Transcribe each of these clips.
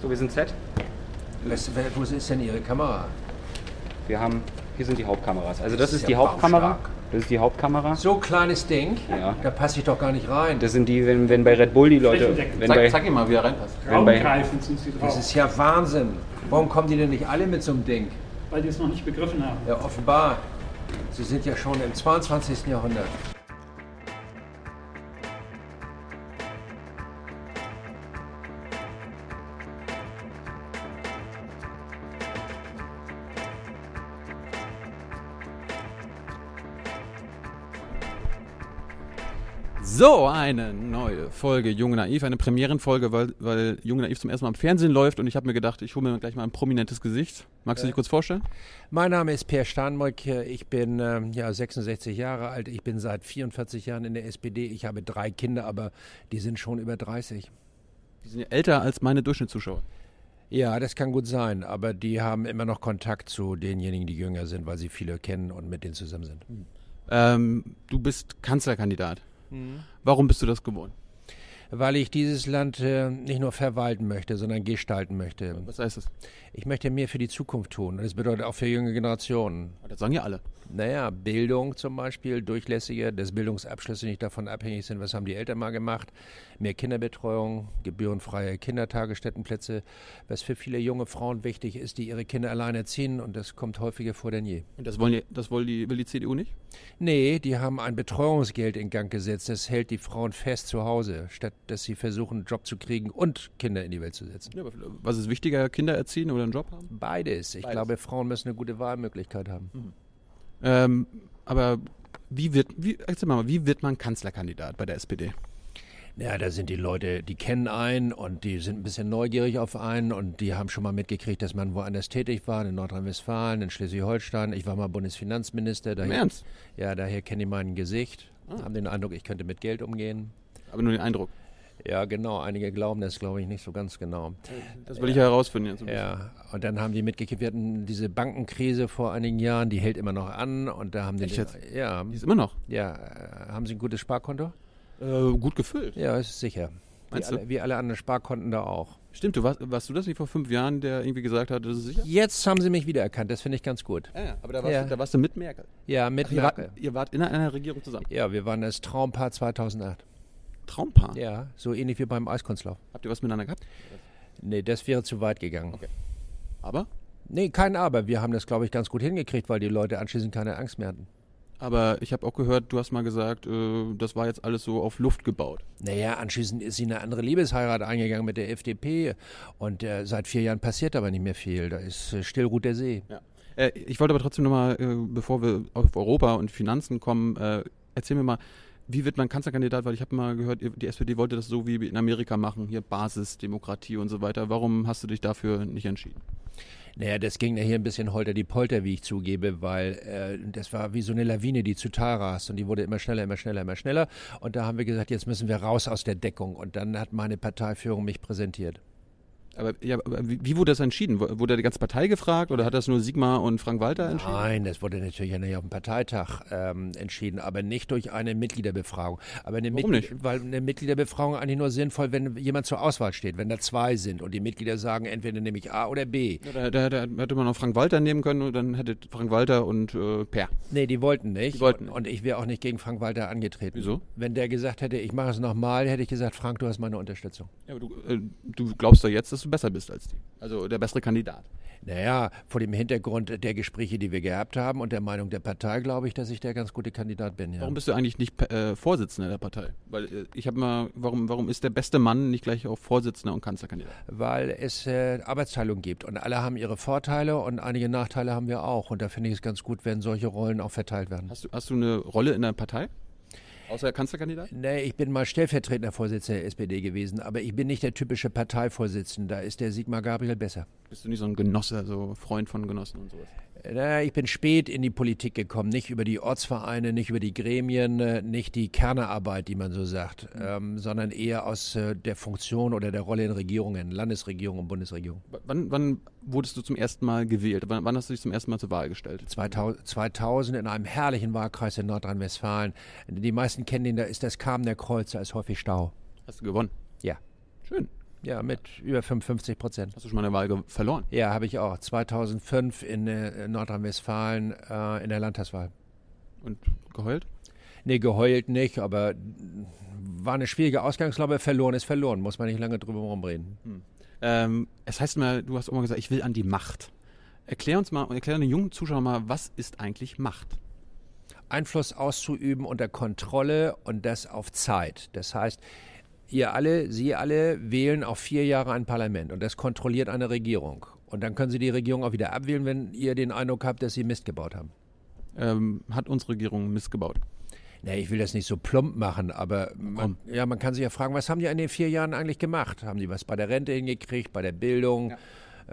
So, wir sind set. Was, wo ist denn Ihre Kamera? Wir haben, hier sind die Hauptkameras. Also das, Das ist ist, die ja Hauptkamera. baumstark. Das ist die Hauptkamera. So kleines Ding, Ja. da passe ich doch gar nicht rein. Das, Das sind die, wenn, wenn bei Red Bull die Leute, Flächendeckend. wenn Zeig, bei, zeig ihm mal, wie er reinpasst. Wenn bei- Raumgreifend sind sie drauf, ist ja Wahnsinn. Warum kommen die denn nicht alle mit so einem Ding? weil die es noch nicht begriffen haben. Ja, offenbar. Sie sind ja schon im 22. Jahrhundert. So, eine neue Folge Junge Naiv, eine Premierenfolge, weil, weil Junge Naiv zum ersten Mal im Fernsehen läuft und ich habe mir gedacht, ich hole mir gleich mal ein prominentes Gesicht. Magst du dich kurz vorstellen? Mein Name ist Peer Steinbrück. Ich bin ähm, ja, 66 Jahre alt. Ich bin seit 44 Jahren in der SPD. Ich habe drei Kinder, aber die sind schon über 30. Die sind ja älter als meine Durchschnittszuschauer. Ja, das kann gut sein, aber die haben immer noch Kontakt zu denjenigen, die jünger sind, weil sie viele kennen und mit denen zusammen sind. Ähm, du bist Kanzlerkandidat. Warum bist du das geworden? Weil ich dieses Land äh, nicht nur verwalten möchte, sondern gestalten möchte. Was heißt das? Ich möchte mehr für die Zukunft tun und das bedeutet auch für junge Generationen. Ah, Das sagen ja alle. Naja, Bildung zum Beispiel, durchlässiger, dass Bildungsabschlüsse nicht davon abhängig sind, was haben die Eltern mal gemacht. Mehr Kinderbetreuung, gebührenfreie Kindertagesstättenplätze, was für viele junge Frauen wichtig ist, die ihre Kinder alleine erziehen und das kommt häufiger vor denn je. Und das wollen die, das wollen die, will die CDU nicht? Nee, die haben ein Betreuungsgeld in Gang gesetzt, das hält die Frauen fest zu Hause, statt dass sie versuchen, einen Job zu kriegen und Kinder in die Welt zu setzen. Ja, aber was ist wichtiger, Kinder erziehen oder einen Job haben? Beides. Ich glaube, Frauen müssen eine gute Wahlmöglichkeit haben. Mhm. Ähm, aber wie wird, wie, erzähl mal, wie wird man Kanzlerkandidat bei der SPD? Ja, da sind die Leute, die kennen einen und die sind ein bisschen neugierig auf einen und die haben schon mal mitgekriegt, dass man woanders tätig war, in Nordrhein-Westfalen, in Schleswig-Holstein. Ich war mal Bundesfinanzminister. Daher, Ernst? Ah. Ja, daher kennen die mein Gesicht, haben den Eindruck, ich könnte mit Geld umgehen. Aber nur den Eindruck. Ja, genau. Einige glauben das, glaube ich, nicht so ganz genau. Das will ich ja herausfinden jetzt. Ja, und dann haben die mitgekriegt, wir hatten diese Bankenkrise vor einigen Jahren, die hält immer noch an und da haben die, Echt jetzt? ja, Die ist immer noch ja, äh, haben sie ein gutes Sparkonto? äh, gut gefüllt. Ja, ist sicher. Wie Meinst du? alle, wie alle anderen Sparkonten da auch. Stimmt, du warst, warst du das nicht vor fünf Jahren, der irgendwie gesagt hat, das ist sicher? Jetzt haben sie mich wiedererkannt, das finde ich ganz gut. Ja, ja, aber da Ja. da warst du mit Merkel. Ja, mit Ihr Merkel. wart, ihr wart in einer Regierung zusammen. Ja, wir waren das Traumpaar 2008. Traumpaar. Ja, so ähnlich wie beim Eiskunstlauf. Habt ihr was miteinander gehabt? Nee, das wäre zu weit gegangen. Aber? Nee, kein Aber. Wir haben das, glaube ich, ganz gut hingekriegt, weil die Leute anschließend keine Angst mehr hatten. Aber ich habe auch gehört, du hast mal gesagt, äh, das war jetzt alles so auf Luft gebaut. Naja, anschließend ist sie eine andere Liebesheirat eingegangen mit der FDP. Und äh, seit vier Jahren passiert aber nicht mehr viel. Da ist äh, Stillruht der See. Ja. Äh, ich wollte aber trotzdem nochmal, äh, bevor wir auf Europa und Finanzen kommen, äh, erzähl mir mal, wie wird man Kanzlerkandidat? Weil ich habe mal gehört, ihr- die SPD wollte das so wie in Amerika machen, hier Basis, Demokratie und so weiter. Warum hast du dich dafür nicht entschieden? Naja, das ging ja hier ein bisschen holter die Polter, wie ich zugebe, weil äh, das war wie so eine Lawine, die zu Tal rast und die wurde immer schneller, immer schneller, immer schneller. Und da haben wir gesagt, jetzt müssen wir raus aus der Deckung. Und dann hat meine Parteiführung mich präsentiert. Aber, ja, aber wie, wie wurde das entschieden? Wo- Wurde die ganze Partei gefragt oder hat das nur Sigmar und Frank Walter entschieden? Nein, das wurde natürlich ja nicht auf dem Parteitag ähm, entschieden, aber nicht durch eine Mitgliederbefragung. Aber eine Warum Mitglied- Weil eine Mitgliederbefragung eigentlich nur sinnvoll, wenn jemand zur Auswahl steht, wenn da zwei sind und die Mitglieder sagen, entweder nehme ich A oder B. Ja, Da, da, da hätte man noch Frank Walter nehmen können und dann hätte Frank Walter und äh, Per. Nee, die wollten nicht. Die wollten und, und ich wäre auch nicht gegen Frank Walter angetreten. Wieso? Wenn der gesagt hätte, ich mache es nochmal, hätte ich gesagt, Frank, du hast meine Unterstützung. Ja, aber du, äh, du glaubst doch jetzt, dass du besser bist als die. Also der bessere Kandidat. Naja, vor dem Hintergrund der Gespräche, die wir gehabt haben und der Meinung der Partei, glaube ich, dass ich der ganz gute Kandidat bin. Ja. Warum bist du eigentlich nicht äh, Vorsitzender der Partei? Weil äh, ich habe mal, warum, warum ist der beste Mann nicht gleich auch Vorsitzender und Kanzlerkandidat? Weil es äh, Arbeitsteilung gibt und alle haben ihre Vorteile und einige Nachteile haben wir auch. Und da finde ich es ganz gut, wenn solche Rollen auch verteilt werden. Hast du, hast du eine Rolle in der Partei? Außer Kanzlerkandidat? Nee, ich bin mal stellvertretender Vorsitzender der SPD gewesen, aber ich bin nicht der typische Parteivorsitzende. Da ist der Sigmar Gabriel besser. Bist du nicht so ein Genosse, so Freund von Genossen und sowas? Naja, ich bin spät in die Politik gekommen, nicht über die Ortsvereine, nicht über die Gremien, äh, nicht die Kernearbeit, die man so sagt, ähm, sondern eher aus äh, der Funktion oder der Rolle in Regierungen, Landesregierung und Bundesregierung. W wann, wann wurdest du zum ersten Mal gewählt? Wann, wann hast du dich zum ersten Mal zur Wahl gestellt? 2000, 2000 in einem herrlichen Wahlkreis in Nordrhein-Westfalen. Die meisten kennen den, da ist das Kamen der Kreuzer, ist häufig Stau. Hast du gewonnen? Ja. Schön. Ja, mit über 55 Prozent. Hast du schon mal eine Wahl ge- verloren? Ja, habe ich auch. 2005 in äh, Nordrhein-Westfalen äh, in der Landtagswahl. Und geheult? Nee, geheult nicht, aber war eine schwierige Ausgangslage. Verloren ist verloren, muss man nicht lange drüber rumreden. Ähm, es heißt mal, du hast auch mal gesagt, ich will an die Macht. Erklär uns mal und erklär den jungen Zuschauern mal, was ist eigentlich Macht? Einfluss auszuüben unter Kontrolle und das auf Zeit. Das heißt, ihr alle, Sie alle wählen auf vier Jahre ein Parlament und das kontrolliert eine Regierung. Und dann können Sie die Regierung auch wieder abwählen, wenn ihr den Eindruck habt, dass Sie Mist gebaut haben. Ähm, hat unsere Regierung missgebaut? Nee, ich will das nicht so plump machen, aber man, ja, man kann sich ja fragen, was haben die in den vier Jahren eigentlich gemacht? Haben die was bei der Rente hingekriegt, bei der Bildung, äh,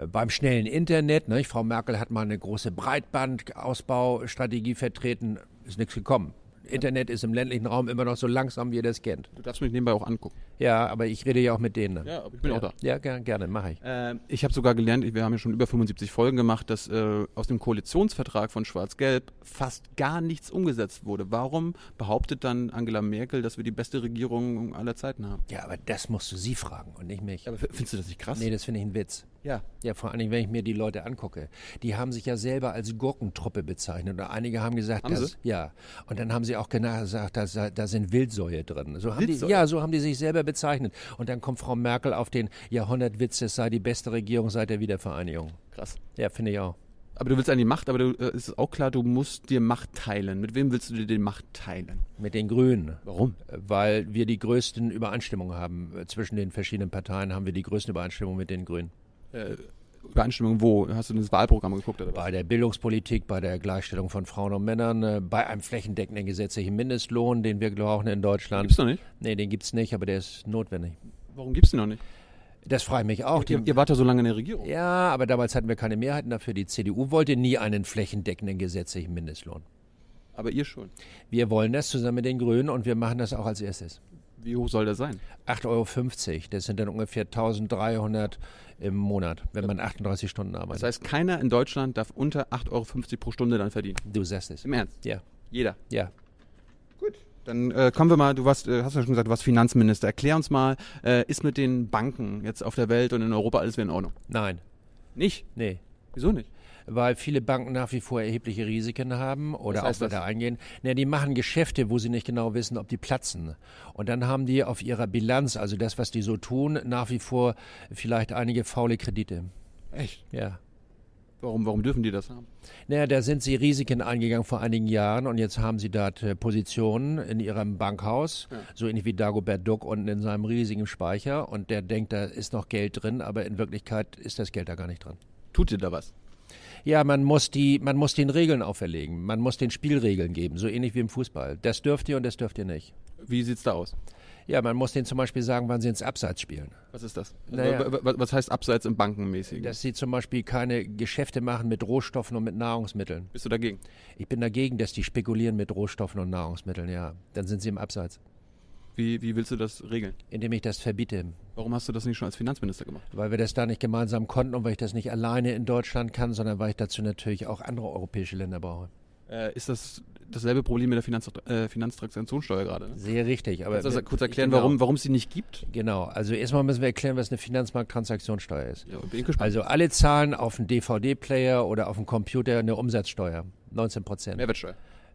beim schnellen Internet? Ne? Frau Merkel hat mal eine große Breitbandausbaustrategie vertreten, ist nichts gekommen. Internet ist im ländlichen Raum immer noch so langsam, wie ihr das kennt. Du darfst mich nebenbei auch angucken. Ja, aber ich rede ja auch mit denen. dann. Ja, aber ich bin auch da. Ja, gerne, gerne mache ich. Ähm, ich habe sogar gelernt, ich- wir haben ja schon über 75 Folgen gemacht, dass äh, aus dem Koalitionsvertrag von Schwarz-Gelb fast gar nichts umgesetzt wurde. Warum behauptet dann Angela Merkel, dass wir die beste Regierung aller Zeiten haben? Ja, aber das musst du sie fragen und nicht mich. Aber f- findest du das nicht krass? Nee, das finde ich ein Witz. Ja. Ja, vor allen Dingen, wenn ich mir die Leute angucke. Die haben sich ja selber als Gurkentruppe bezeichnet. Und einige haben gesagt, Haben sie? das, ja. Und dann haben sie auch gena- gesagt, da, sei- da sind Wildsäue drin. So haben Wildsäue? Die, ja, so haben die sich selber bezeichnet. Und dann kommt Frau Merkel auf den Jahrhundertwitz, es sei die beste Regierung seit der Wiedervereinigung. Krass. Ja, finde ich auch. Aber du willst an die Macht, aber du, äh, es ist auch klar, du musst dir Macht teilen. Mit wem willst du dir die Macht teilen? Mit den Grünen. Warum? Weil wir die größten Übereinstimmungen haben. Zwischen den verschiedenen Parteien haben wir die größten Übereinstimmungen mit den Grünen. Übereinstimmung wo? Hast du das Wahlprogramm geguckt oder was? Bei der Bildungspolitik, bei der Gleichstellung von Frauen und Männern, äh, bei einem flächendeckenden gesetzlichen Mindestlohn, den wir brauchen in Deutschland. Gibt's noch nicht? Nee, den gibt's nicht, aber der ist notwendig. Warum gibt's den noch nicht? Das frage ich mich auch. Die, Ihr, ihr wart ja so lange in der Regierung. ja, aber damals hatten wir keine Mehrheiten dafür. Die CDU wollte nie einen flächendeckenden gesetzlichen Mindestlohn. Aber ihr schon. Wir wollen das zusammen mit den Grünen und wir machen das auch als erstes. Wie hoch soll der sein? 8,50 Euro, das sind dann ungefähr 1300 im Monat, wenn man 38 Stunden Das arbeitet. heißt, keiner in Deutschland darf unter 8,50 Euro pro Stunde dann verdienen. Du sagst es. Im Ernst. Ja, Jeder. ja. Gut. Dann äh, kommen wir mal, du warst, äh, hast ja schon gesagt, du warst Finanzminister. Erklär uns mal, äh, ist mit den Banken jetzt auf der Welt und in Europa alles wieder in Ordnung? Nein, Nicht. nee. Wieso nicht? weil viele Banken nach wie vor erhebliche Risiken haben oder Was heißt auch weiter das? eingehen. Na, die machen Geschäfte, wo sie nicht genau wissen, ob die platzen. Und dann haben die auf ihrer Bilanz, also das, was die so tun, nach wie vor vielleicht einige faule Kredite. Echt? Ja. Warum, warum dürfen die das haben? Naja, da sind sie Risiken eingegangen vor einigen Jahren und jetzt haben sie dort äh, Positionen in ihrem Bankhaus, so ähnlich wie Dagobert Duck unten in seinem riesigen Speicher und der denkt, da ist noch Geld drin, aber in Wirklichkeit ist das Geld da gar nicht drin. Tut ihr da was? Ja, man muss die, man muss den Regeln auferlegen. Man muss den Spielregeln geben, so ähnlich wie im Fußball. Das dürft ihr und das dürft ihr nicht. Wie sieht's da aus? Ja, man muss denen zum Beispiel sagen, wann sie ins Abseits spielen. Was ist das? Naja. W- w- Was heißt abseits im Bankenmäßigen? Dass sie zum Beispiel keine Geschäfte machen mit Rohstoffen und mit Nahrungsmitteln. Bist du dagegen? Ich bin dagegen, dass die spekulieren mit Rohstoffen und Nahrungsmitteln, ja. Dann sind sie im Abseits. Wie, wie willst du das regeln? Indem ich das verbiete. Warum hast du das nicht schon als Finanzminister gemacht? Weil wir das da nicht gemeinsam konnten und weil ich das nicht alleine in Deutschland kann, sondern weil ich dazu natürlich auch andere europäische Länder brauche. Äh, ist das dasselbe Problem mit der Finanz äh, Finanztransaktionssteuer gerade? Ne? Sehr richtig. Aber Kannst du das kurz erklären, Genau. warum warum es sie nicht gibt? Genau, also erstmal müssen wir erklären, was eine Finanzmarkttransaktionssteuer ist. Ja, bin ich gespannt. Also alle zahlen auf einen DVD-Player oder auf einen Computer eine Umsatzsteuer. 19 Prozent. Mehrwertsteuer.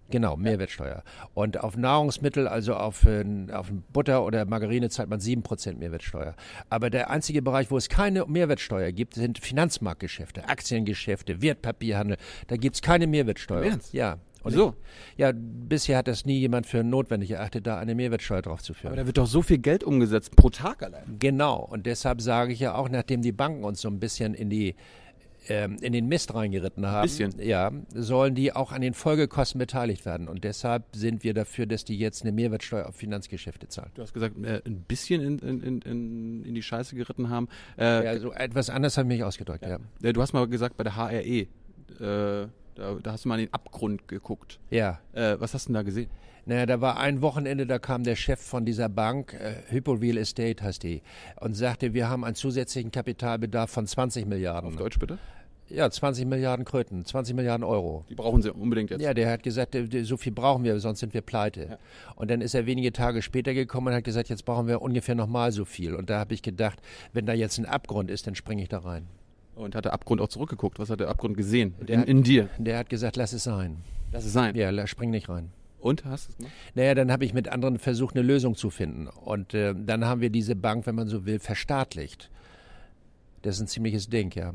genau, Mehrwertsteuer. Und auf Nahrungsmittel, also auf, äh, auf Butter oder Margarine, zahlt man 7 Prozent Mehrwertsteuer. Aber der einzige Bereich, wo es keine Mehrwertsteuer gibt, sind Finanzmarktgeschäfte, Aktiengeschäfte, Wertpapierhandel. Da gibt es keine Mehrwertsteuer. Im Ernst? Ja. Und Wieso? Ich, ja, bisher hat das nie jemand für notwendig erachtet, da eine Mehrwertsteuer drauf zu führen. Aber da wird doch so viel Geld umgesetzt pro Tag allein. Genau, und deshalb sage ich ja auch, nachdem die Banken uns so ein bisschen in die ähm, in den Mist reingeritten haben, bisschen. ja, sollen die auch an den Folgekosten beteiligt werden. Und deshalb sind wir dafür, dass die jetzt eine Mehrwertsteuer auf Finanzgeschäfte zahlen. Du hast gesagt, äh, ein bisschen in, in, in- in, in die Scheiße geritten haben. Äh, Ja, so etwas anders habe ich mich ausgedrückt, ja. äh, Du hast mal gesagt, bei der HRE, äh, da, da hast du mal in den Abgrund geguckt. Ja. Äh, was hast du denn da gesehen? Naja, da war ein Wochenende, da kam der Chef von dieser Bank, äh, Hypo Real Estate heißt die, und sagte, wir haben einen zusätzlichen Kapitalbedarf von 20 Milliarden. Auf Deutsch bitte? Ja, 20 Milliarden Kröten, 20 Milliarden Euro. Die brauchen sie unbedingt jetzt. Ja, der hat gesagt, der- der- so viel brauchen wir, sonst sind wir pleite. Und dann ist er wenige Tage später gekommen und hat gesagt, jetzt brauchen wir ungefähr nochmal so viel. Und da habe ich gedacht, wenn da jetzt ein Abgrund ist, dann springe ich da rein. Und hat der Abgrund auch zurückgeguckt? Was hat der Abgrund gesehen? Der in, hat- in dir. Der hat gesagt, lass es sein. Lass es sein. Ja, la- spring nicht rein. Und hast du es gemacht? Naja, dann habe ich mit anderen versucht, eine Lösung zu finden. Und äh, dann haben wir diese Bank, wenn man so will, verstaatlicht. Das ist ein ziemliches Ding, ja.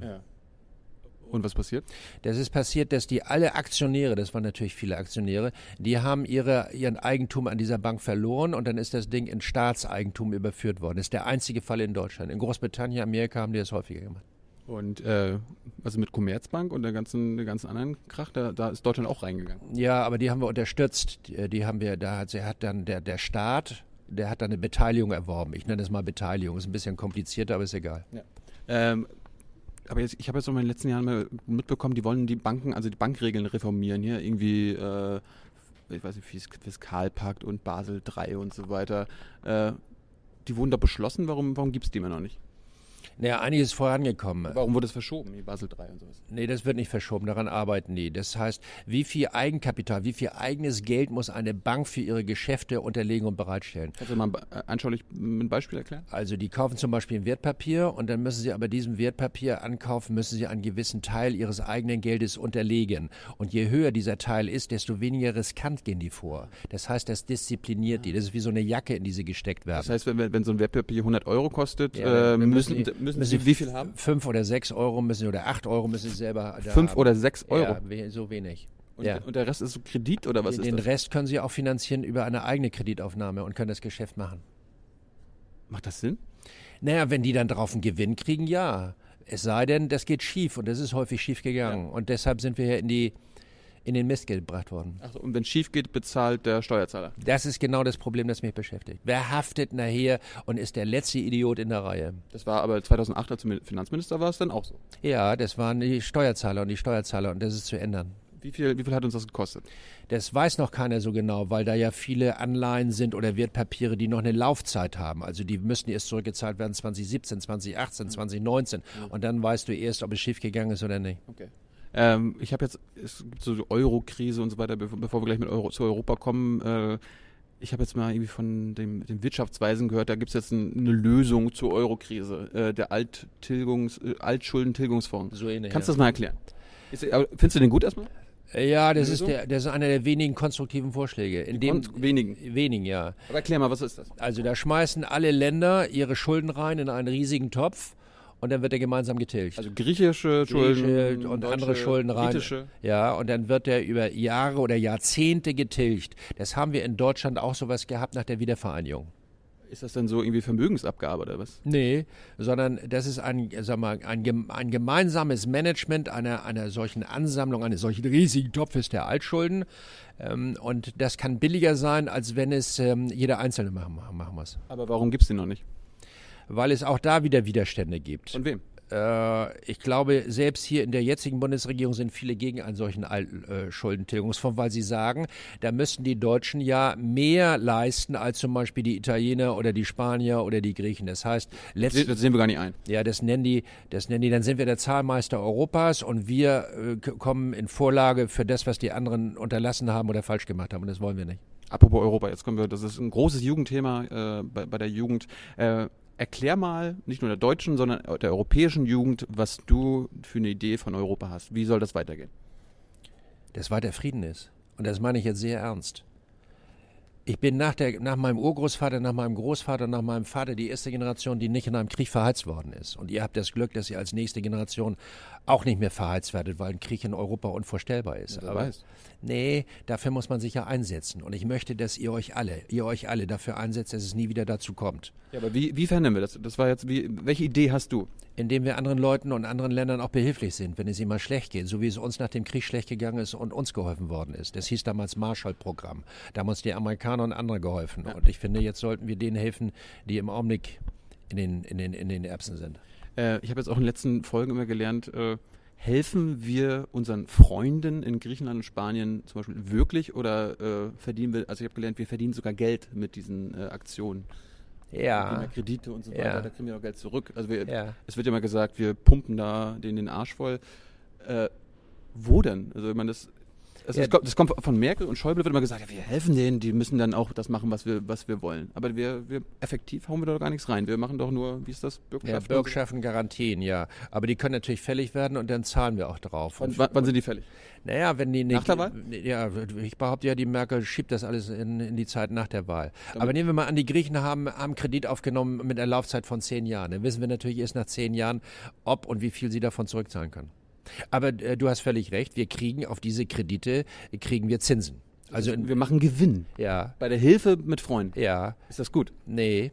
Und was passiert? Das ist passiert, dass die alle Aktionäre, das waren natürlich viele Aktionäre, die haben ihre, ihren Eigentum an dieser Bank verloren und dann ist das Ding in Staatseigentum überführt worden. Das ist der einzige Fall in Deutschland. In Großbritannien, Amerika haben die das häufiger gemacht. Und äh, also mit Commerzbank und der ganzen, der ganzen anderen Krach, da, da ist Deutschland auch reingegangen. Ja, aber die haben wir unterstützt. Die, äh, die haben wir, da hat, sie hat dann der, der Staat, der hat dann eine Beteiligung erworben. Ich nenne das mal Beteiligung. Ist ein bisschen komplizierter, aber ist egal. Ähm, aber jetzt, ich habe jetzt auch in den letzten Jahren mal mitbekommen, die wollen die Banken, also die Bankregeln reformieren hier. Irgendwie, äh, ich weiß nicht, Fis- Fiskalpakt und Basel III und so weiter. Äh, die wurden da beschlossen, warum, warum gibt es die immer noch nicht? Naja, einiges ist vorangekommen. Warum wurde es verschoben, die Basel III und sowas? Nee, das wird nicht verschoben, daran arbeiten die. Das heißt, wie viel Eigenkapital, wie viel eigenes Geld muss eine Bank für ihre Geschäfte unterlegen und bereitstellen? Kannst du mal äh, anschaulich ein Beispiel erklären? Also die kaufen zum Beispiel ein Wertpapier und dann müssen sie aber diesem Wertpapier ankaufen, müssen sie einen gewissen Teil ihres eigenen Geldes unterlegen. Und je höher dieser Teil ist, desto weniger riskant gehen die vor. Das heißt, das diszipliniert die. Das ist wie so eine Jacke, in die sie gesteckt werden. Das heißt, wenn, wenn wenn so ein Wertpapier 100 Euro kostet, Ja, äh, dann müssen, die- müssen, Sie wie viel haben? Fünf oder sechs Euro müssen sie oder acht Euro müssen sie selber. da Fünf haben. oder sechs Euro. Ja, we- so wenig. Und, ja. und der Rest ist so Kredit oder was den ist den das? Rest können Sie auch finanzieren über eine eigene Kreditaufnahme und können das Geschäft machen. Macht das Sinn? Naja, wenn die dann drauf einen Gewinn kriegen, ja. Es sei denn, das geht schief und das ist häufig schief gegangen. Und deshalb sind wir ja in, die, in den Mist gebracht worden. Ach so, und wenn schief geht, bezahlt der Steuerzahler. Das ist genau das Problem, das mich beschäftigt. Wer haftet nachher und ist der letzte Idiot in der Reihe? Das war aber 2008, als du Min- Finanzminister warst, dann auch so. Ja, das waren die Steuerzahler und die Steuerzahler und das ist zu ändern. Wie viel, wie viel hat uns das gekostet? Das weiß noch keiner so genau, weil da ja viele Anleihen sind oder Wertpapiere, die noch eine Laufzeit haben. Also die müssten erst zurückgezahlt werden 2017, 2018, 2019. Und dann weißt du erst, ob es schiefgegangen ist oder nicht. Okay. Ähm, ich habe jetzt, es gibt so die Euro-Krise und so weiter, bevor, bevor wir gleich mit Euro, zu Europa kommen. Äh, ich habe jetzt mal irgendwie von dem, dem Wirtschaftsweisen gehört, da gibt es jetzt ein, eine Lösung zur Euro-Krise, äh, der Alttilgungs, äh, Altschuldentilgungsfonds. So ähnlich. Kannst du ja. das mal erklären? Ist, äh, aber findest du den gut erstmal? ja, das ist, Lösung? der, das ist einer der wenigen konstruktiven Vorschläge. In dem, Und wenigen. wenigen, ja. Aber erklär mal, was ist das? Also da schmeißen alle Länder ihre Schulden rein in einen riesigen Topf und dann wird er gemeinsam getilgt. Also griechische Schulden Griechische und deutsche, andere Schulden rein. britische. Ja, und dann wird der über Jahre oder Jahrzehnte getilgt. Das haben wir in Deutschland auch sowas gehabt nach der Wiedervereinigung. Ist das denn so irgendwie Vermögensabgabe oder was? Nee, sondern das ist ein, sag mal, ein, gem- ein gemeinsames Management einer, einer solchen Ansammlung, eines solchen riesigen Topfes der Altschulden. Ähm, und das kann billiger sein, als wenn es ähm, jeder Einzelne machen, machen muss. Aber warum gibt's den noch nicht? Weil es auch da wieder Widerstände gibt. Von wem? Äh, ich glaube, selbst hier in der jetzigen Bundesregierung sind viele gegen einen solchen Al- äh, Schuldentilgungsfonds, weil sie sagen, da müssten die Deutschen ja mehr leisten als zum Beispiel die Italiener oder die Spanier oder die Griechen. Das heißt, Se- letztlich. Das sehen wir gar nicht ein. Ja, das nennen die, das nennen die, dann sind wir der Zahlmeister Europas und wir äh, k- kommen in Vorlage für das, was die anderen unterlassen haben oder falsch gemacht haben und das wollen wir nicht. Apropos Europa, jetzt kommen wir, das ist ein großes Jugendthema äh, bei, bei der Jugend. Äh, erklär mal, nicht nur der deutschen, sondern der europäischen Jugend, was du für eine Idee von Europa hast. Wie soll das weitergehen? Dass weiter Frieden ist. Und das meine ich jetzt sehr ernst. Ich bin nach, der, nach meinem Urgroßvater, nach meinem Großvater, nach meinem Vater die erste Generation, die nicht in einem Krieg verheizt worden ist. Und ihr habt das Glück, dass ihr als nächste Generation auch nicht mehr verheizt werdet, weil ein Krieg in Europa unvorstellbar ist. wer Aber- weiß. Nee, dafür muss man sich ja einsetzen. Und ich möchte, dass ihr euch alle, ihr euch alle dafür einsetzt, dass es nie wieder dazu kommt. Ja, aber wie, wie verändern wir das? Das war jetzt, wie, welche Idee hast du? Indem wir anderen Leuten und anderen Ländern auch behilflich sind, wenn es ihnen mal schlecht geht, so wie es uns nach dem Krieg schlecht gegangen ist und uns geholfen worden ist. Das hieß damals Marshall-Programm. Da haben uns die Amerikaner und andere geholfen. Und ich finde, jetzt sollten wir denen helfen, die im Augenblick in den, in den, in den Erbsen sind. Äh, ich habe jetzt auch in den letzten Folgen immer gelernt, äh, helfen wir unseren Freunden in Griechenland und Spanien zum Beispiel wirklich oder äh, verdienen wir, also ich habe gelernt, wir verdienen sogar Geld mit diesen äh, Aktionen. Wir kriegen Ja. ja Kredite und so Ah. Ja. weiter, da kriegen wir auch Geld zurück. Also wir, Ja. es wird ja immer gesagt, wir pumpen da den, den Arsch voll. Äh, wo denn? Also, ich meine, das, also Ja. das, kommt, das kommt von Merkel und Schäuble, wird immer gesagt, ja, wir helfen denen, die müssen dann auch das machen, was wir, was wir wollen. Aber wir, wir effektiv hauen wir doch gar nichts rein. Wir machen doch nur, wie ist das, Ja, Bürgschaften? Bürgschaften, Garantien, ja. Aber die können natürlich fällig werden und dann zahlen wir auch drauf. Wann, Und, wann wann sind die fällig? naja, wenn die nicht. Nach der Wahl? Ja, ich behaupte ja, die Merkel schiebt das alles in, in die Zeit nach der Wahl. Aber nehmen wir mal an, die Griechen haben, haben Kredit aufgenommen mit einer Laufzeit von zehn Jahren. Dann wissen wir natürlich erst nach zehn Jahren, ob und wie viel sie davon zurückzahlen können. Aber äh, du hast völlig recht, wir kriegen auf diese Kredite, äh, kriegen wir Zinsen. Also, in, wir machen Gewinn. ja, Bei der Hilfe mit Freunden. ja, Ist das gut? nee.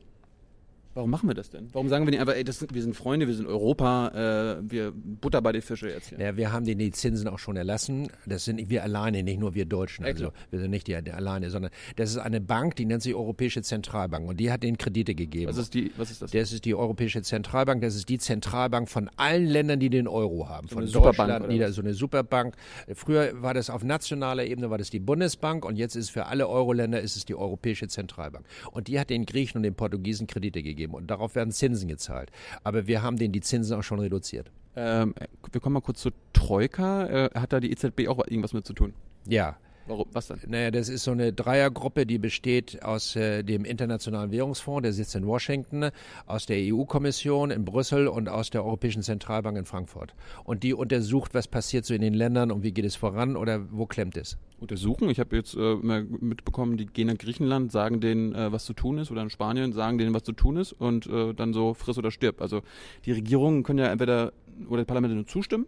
Warum machen wir das denn? Warum sagen wir nicht einfach, ey, das sind, wir sind Freunde, wir sind Europa, äh, wir Butter bei die Fische jetzt hier? Ja, wir haben denen die Zinsen auch schon erlassen. Das sind wir alleine, nicht nur wir Deutschen. Ja, Also klar. wir sind nicht die, die alleine, sondern das ist eine Bank, die nennt sich Europäische Zentralbank und die hat ihnen Kredite gegeben. Was ist die, was ist das? das ist die Europäische Zentralbank, das ist die Zentralbank von allen Ländern, die den Euro haben. Von eine Superbank Deutschland, oder Nieder, was? so eine Superbank. Früher war das auf nationaler Ebene, war das die Bundesbank und jetzt ist für alle Euro-Länder ist es die Europäische Zentralbank. Und die hat den Griechen und den Portugiesen Kredite gegeben und darauf werden Zinsen gezahlt. Aber wir haben denen die Zinsen auch schon reduziert. Ähm, wir kommen mal kurz zur Troika. Äh, hat da die EZB auch irgendwas mit zu tun? Ja. Warum? Was denn? Naja, das ist so eine Dreiergruppe, die besteht aus äh, dem Internationalen Währungsfonds, der sitzt in Washington, aus der EU-Kommission in Brüssel und aus der Europäischen Zentralbank in Frankfurt. Und die untersucht, was passiert so in den Ländern und wie geht es voran oder wo klemmt es. Untersuchen. Ich habe jetzt äh, immer mitbekommen, die gehen nach Griechenland, sagen denen, äh, was zu tun ist, oder in Spanien, sagen denen, was zu tun ist, und äh, dann so friss oder stirb. Also die Regierungen können ja entweder oder die Parlamente nur zustimmen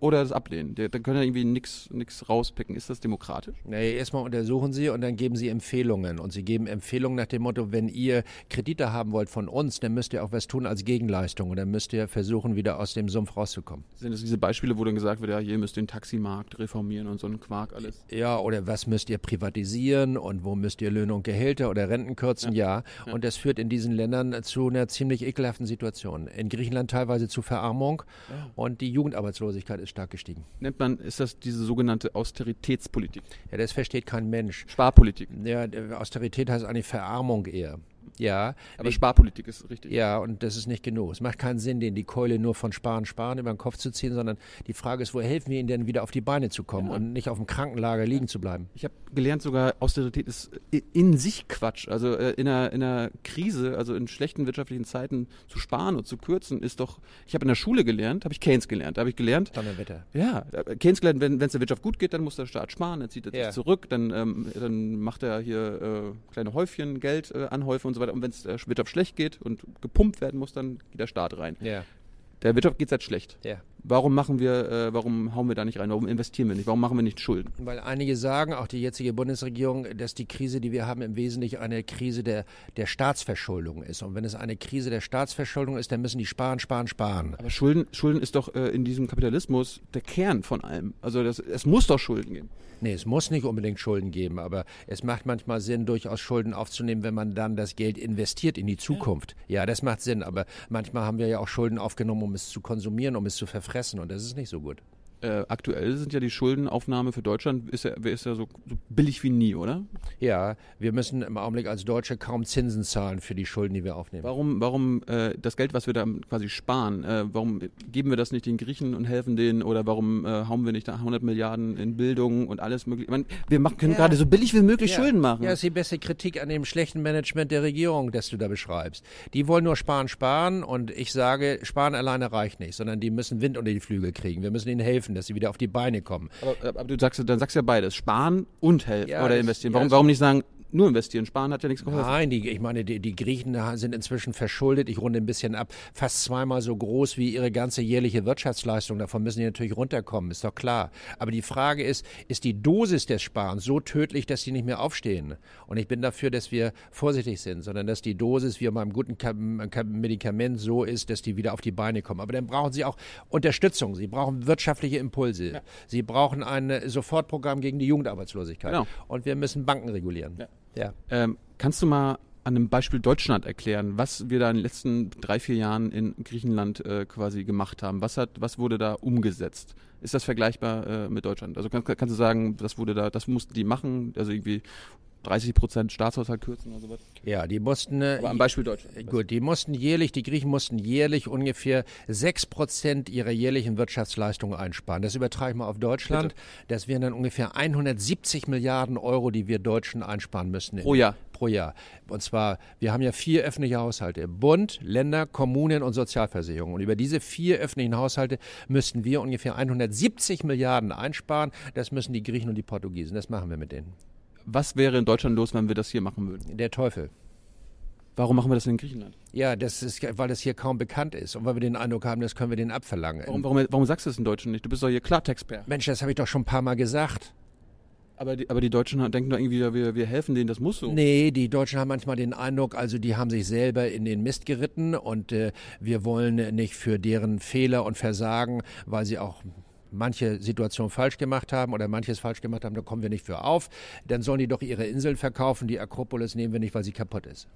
oder das ablehnen. Die- Dann können ja irgendwie nichts rauspicken. Ist das demokratisch? Naja, erstmal untersuchen sie und dann geben sie Empfehlungen. Und sie geben Empfehlungen nach dem Motto, wenn ihr Kredite haben wollt von uns, dann müsst ihr auch was tun als Gegenleistung und dann müsst ihr versuchen, wieder aus dem Sumpf rauszukommen. Sind das diese Beispiele, wo dann gesagt wird, ja, hier müsst ihr den Taximarkt reformieren und so ein Quark alles? Ja, oder was müsst ihr privatisieren und wo müsst ihr Löhne und Gehälter oder Renten kürzen? Ja. Und das führt in diesen Ländern zu einer ziemlich ekelhaften Situation. In Griechenland teilweise zu Verarmung und die Jugendarbeitslosigkeit ist stark gestiegen. Nennt man, ist das diese sogenannte Austeritätspolitik? Ja, das versteht kein Mensch. Sparpolitik. Ja, äh, Austerität heißt eigentlich Verarmung eher. Ja, Aber wie- Sparpolitik ist richtig. ja, und das ist nicht genug. Es macht keinen Sinn, denen die Keule nur von Sparen, Sparen über den Kopf zu ziehen, sondern die Frage ist, wo helfen wir ihnen denn wieder auf die Beine zu kommen und nicht auf dem Krankenlager liegen zu bleiben? Ich habe gelernt, sogar Austerität ist i- in sich Quatsch. Also äh, in einer, in einer Krise, also in schlechten wirtschaftlichen Zeiten zu sparen und zu kürzen, ist doch. Ich habe in der Schule gelernt, habe ich Keynes gelernt, habe ich gelernt. Donnerwetter. Ja, äh, Keynes gelernt, wenn es der Wirtschaft gut geht, dann muss der Staat sparen, dann zieht er Ja. sich zurück, dann, ähm, dann macht er hier äh, kleine Häufchen Geld äh, anhäufen und so weiter. Und wenn es der Wirtschaft schlecht geht und gepumpt werden muss, dann geht der Staat rein. Ja, Der Wirtschaft geht es halt schlecht. ja. Warum machen wir, äh, warum hauen wir da nicht rein? Warum investieren wir nicht? Warum machen wir nicht Schulden? Weil einige sagen, auch die jetzige Bundesregierung, dass die Krise, die wir haben, im Wesentlichen eine Krise der, der Staatsverschuldung ist. Und wenn es eine Krise der Staatsverschuldung ist, dann müssen die sparen, sparen, sparen. Aber Schulden, Schulden ist doch äh, in diesem Kapitalismus der Kern von allem. Also das, es muss doch Schulden geben. Nee, es muss nicht unbedingt Schulden geben, aber es macht manchmal Sinn, durchaus Schulden aufzunehmen, wenn man dann das Geld investiert in die Zukunft. Ja, das macht Sinn, aber manchmal haben wir ja auch Schulden aufgenommen, um es zu konsumieren, um es zu verfressen. Und das ist nicht so gut. Äh, aktuell sind ja die Schuldenaufnahme für Deutschland ist ja, ist ja so, so billig wie nie, oder? Ja, wir müssen im Augenblick als Deutsche kaum Zinsen zahlen für die Schulden, die wir aufnehmen. Warum, warum äh, das Geld, was wir da quasi sparen, äh, warum geben wir das nicht den Griechen und helfen denen oder warum äh, hauen wir nicht da 100 Milliarden in Bildung und alles mögliche? Ich meine, wir machen, können Ja. gerade so billig wie möglich Schulden machen. Ja, ist die beste Kritik an dem schlechten Management der Regierung, das du da beschreibst. Die wollen nur sparen, sparen und ich sage, sparen alleine reicht nicht, sondern die müssen Wind unter die Flügel kriegen. Wir müssen ihnen helfen, dass sie wieder auf die Beine kommen. aber, aber du sagst, dann sagst du ja beides, sparen und helfen Ja, oder das- investieren. ja, Warum, das- warum nicht sagen, nur investieren? Sparen hat ja nichts geholfen. Nein, die, ich meine, die, die Griechen sind inzwischen verschuldet, ich runde ein bisschen ab, fast zweimal so groß wie ihre ganze jährliche Wirtschaftsleistung. Davon müssen die natürlich runterkommen, ist doch klar. Aber die Frage ist, ist die Dosis des Sparens so tödlich, dass sie nicht mehr aufstehen? Und ich bin dafür, dass wir vorsichtig sind, sondern dass die Dosis wie bei einem guten Ka- Ka- Medikament so ist, dass die wieder auf die Beine kommen. Aber dann brauchen sie auch Unterstützung, sie brauchen wirtschaftliche Impulse, sie brauchen ein äh, Sofortprogramm gegen die Jugendarbeitslosigkeit. Genau. Und wir müssen Banken regulieren. ja. Ähm, kannst du mal an einem Beispiel Deutschland erklären, was wir da in den letzten drei, vier Jahren in Griechenland äh, quasi gemacht haben? Was, hat, was wurde da umgesetzt? Ist das vergleichbar äh, mit Deutschland? Also kannst, kannst du sagen, das wurde da, das mussten die machen, also irgendwie 30 Prozent Staatshaushalt kürzen oder sowas. Ja, die mussten. äh, Aber am Beispiel Deutschland. Gut, die mussten jährlich, die Griechen mussten jährlich ungefähr 6% ihrer jährlichen Wirtschaftsleistung einsparen. Das übertrage ich mal auf Deutschland. Das wären dann ungefähr 170 Milliarden Euro, die wir Deutschen einsparen müssen. Pro Jahr. Pro Jahr. Und zwar, wir haben ja vier öffentliche Haushalte. Bund, Länder, Kommunen und Sozialversicherung. Und über diese vier öffentlichen Haushalte müssten wir ungefähr 170 Milliarden einsparen. Das müssen die Griechen und die Portugiesen. Das machen wir mit denen. Was wäre in Deutschland los, wenn wir das hier machen würden? Der Teufel. Warum machen wir das denn in Griechenland? Ja, das ist, weil das hier kaum bekannt ist und weil wir den Eindruck haben, das können wir denen abverlangen. Warum, warum, warum sagst du das in Deutschland nicht? Du bist doch hier Klartexpert. Mensch, das habe ich doch schon ein paar Mal gesagt. Aber die, aber die Deutschen denken doch irgendwie, wir, wir helfen denen, das muss so. Nee, die Deutschen haben manchmal den Eindruck, also die haben sich selber in den Mist geritten und äh, wir wollen äh, nicht für deren Fehler und Versagen, weil sie auch manche Situation falsch gemacht haben oder manches falsch gemacht haben, da kommen wir nicht für auf. Dann sollen die doch ihre Inseln verkaufen. Die Akropolis nehmen wir nicht, weil sie kaputt ist.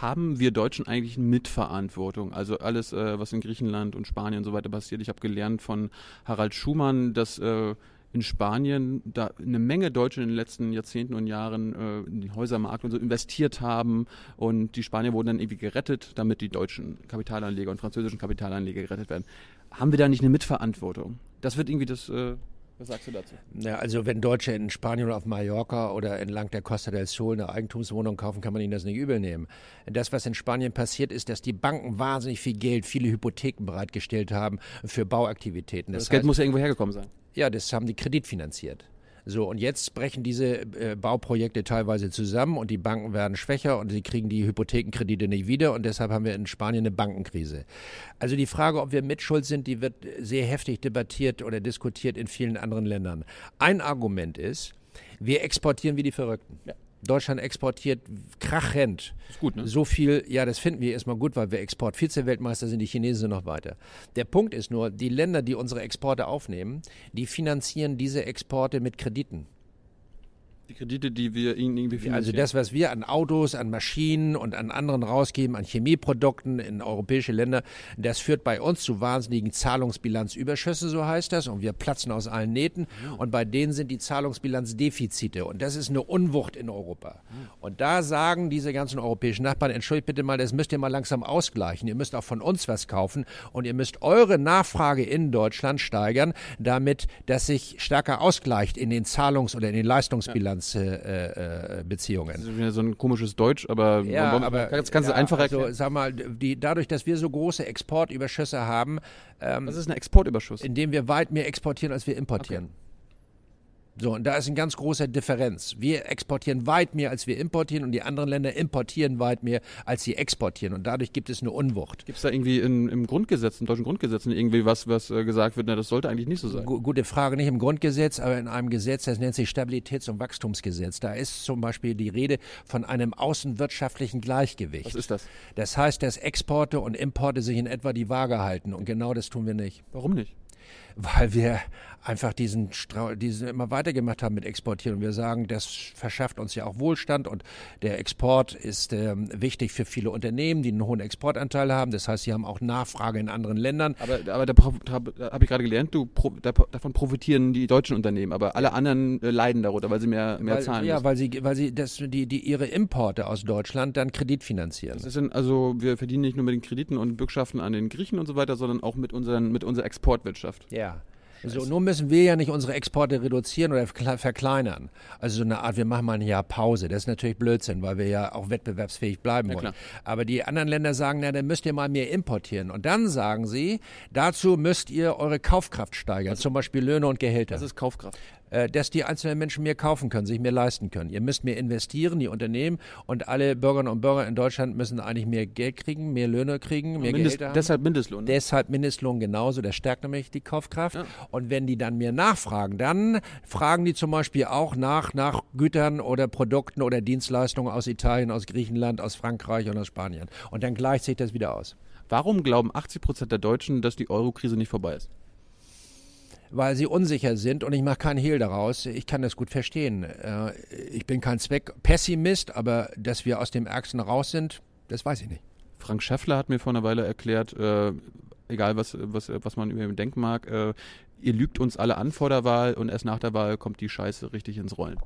Haben wir Deutschen eigentlich eine Mitverantwortung? Also alles, äh, was in Griechenland und Spanien und so weiter passiert. Ich habe gelernt von Harald Schumann, dass äh, in Spanien da eine Menge Deutsche in den letzten Jahrzehnten und Jahren äh, in den Häusermarkt und so investiert haben und die Spanier wurden dann irgendwie gerettet, damit die deutschen Kapitalanleger und französischen Kapitalanleger gerettet werden. Haben wir da nicht eine Mitverantwortung? Das wird irgendwie das. Äh, was sagst du dazu? Ja, also wenn Deutsche in Spanien oder auf Mallorca oder entlang der Costa del Sol eine Eigentumswohnung kaufen, kann man ihnen das nicht übel nehmen. Das, was in Spanien passiert, ist, dass die Banken wahnsinnig viel Geld, viele Hypotheken bereitgestellt haben für Bauaktivitäten. Das, Geld heißt, muss ja irgendwo hergekommen sein. ja, das haben die kreditfinanziert. So, und jetzt brechen diese äh, Bauprojekte teilweise zusammen und die Banken werden schwächer und sie kriegen die Hypothekenkredite nicht wieder und deshalb haben wir in Spanien eine Bankenkrise. Also die Frage, ob wir mitschuld sind, die wird äh, sehr heftig debattiert oder diskutiert in vielen anderen Ländern. Ein Argument ist, wir exportieren wie die Verrückten. Deutschland exportiert krachend. Ist gut, ne? So viel, ja, das finden wir erstmal gut, weil wir Export Vize-Weltmeister sind, die Chinesen sind noch weiter. Der Punkt ist nur, die Länder, die unsere Exporte aufnehmen, die finanzieren diese Exporte mit Krediten. Die Kredite, die wir ihnen irgendwie finanzieren. Also das, was wir an Autos, an Maschinen und an anderen rausgeben, an Chemieprodukten in europäische Länder, das führt bei uns zu wahnsinnigen Zahlungsbilanzüberschüssen, so heißt das, und wir platzen aus allen Nähten. Und bei denen sind die Zahlungsbilanzdefizite. Und das ist eine Unwucht in Europa. Und da sagen diese ganzen europäischen Nachbarn, entschuldigt bitte mal, das müsst ihr mal langsam ausgleichen. Ihr müsst auch von uns was kaufen und ihr müsst eure Nachfrage in Deutschland steigern, damit das sich stärker ausgleicht in den Zahlungs- oder in den Leistungsbilanzbeziehungen. Äh, äh, Beziehungen. Das ist wieder so ein komisches Deutsch, aber Ja, warum- aber kannst, kannst ja, du einfach also, erklären. sag mal, die, dadurch, dass wir so große Exportüberschüsse haben, ähm, das ist ein Exportüberschuss. indem wir weit mehr exportieren, als wir importieren. So, und da ist ein ganz großer Differenz. Wir exportieren weit mehr, als wir importieren, und die anderen Länder importieren weit mehr, als sie exportieren. Und dadurch gibt es eine Unwucht. Gibt es da irgendwie in, im Grundgesetz, im deutschen Grundgesetz, irgendwie was, was äh, gesagt wird, na, das sollte eigentlich nicht so sein? Gu- Gute Frage, nicht im Grundgesetz, aber in einem Gesetz, das nennt sich Stabilitäts- und Wachstumsgesetz. Da ist zum Beispiel die Rede von einem außenwirtschaftlichen Gleichgewicht. Was ist das? Das heißt, dass Exporte und Importe sich in etwa die Waage halten. Und genau das tun wir nicht. Warum nicht? Weil wir einfach diesen, Strau diesen immer weitergemacht haben mit Exportieren. Und wir sagen, das verschafft uns ja auch Wohlstand und der Export ist ähm, wichtig für viele Unternehmen, die einen hohen Exportanteil haben. Das heißt, sie haben auch Nachfrage in anderen Ländern. Aber, aber da, prof- da habe ich gerade gelernt, du, pro, da, davon profitieren die deutschen Unternehmen, aber alle anderen äh, leiden darunter, weil sie mehr, mehr weil, zahlen ja, müssen. weil sie, weil sie das, die, die ihre Importe aus Deutschland dann kreditfinanzieren. Das sind also wir verdienen nicht nur mit den Krediten und Bürgschaften an den Griechen und so weiter, sondern auch mit, unseren, mit unserer Exportwirtschaft. Ja. So, nur müssen wir ja nicht unsere Exporte reduzieren oder verkle- verkleinern. Also so eine Art, wir machen mal ein Jahr Pause. Das ist natürlich Blödsinn, weil wir ja auch wettbewerbsfähig bleiben wollen. klar. Aber die anderen Länder sagen, na, dann müsst ihr mal mehr importieren. Und dann sagen sie, dazu müsst ihr eure Kaufkraft steigern, zum Beispiel Löhne und Gehälter. Also Das ist Kaufkraft. äh, dass die einzelnen Menschen mehr kaufen können, sich mehr leisten können. Ihr müsst mehr investieren, die Unternehmen und alle Bürgerinnen und Bürger in Deutschland müssen eigentlich mehr Geld kriegen, mehr Löhne kriegen, mehr Mindest, Gehälter haben. deshalb Mindestlohn. ne? Deshalb Mindestlohn genauso, das stärkt nämlich die Kaufkraft. Und wenn die dann mehr nachfragen, dann fragen die zum Beispiel auch nach, nach Gütern oder Produkten oder Dienstleistungen aus Italien, aus Griechenland, aus Frankreich und aus Spanien. Und dann gleicht sich das wieder aus. Warum glauben 80 Prozent der Deutschen, dass die Euro-Krise nicht vorbei ist? Weil sie unsicher sind und ich mache keinen Hehl daraus. Ich kann das gut verstehen. Äh, Ich bin kein Zweck-Pessimist, aber dass wir aus dem Ärgsten raus sind, das weiß ich nicht. Frank Schäffler hat mir vor einer Weile erklärt, äh, egal was, was, was man über ihn denken mag, äh, ihr lügt uns alle an vor der Wahl und erst nach der Wahl kommt die Scheiße richtig ins Rollen.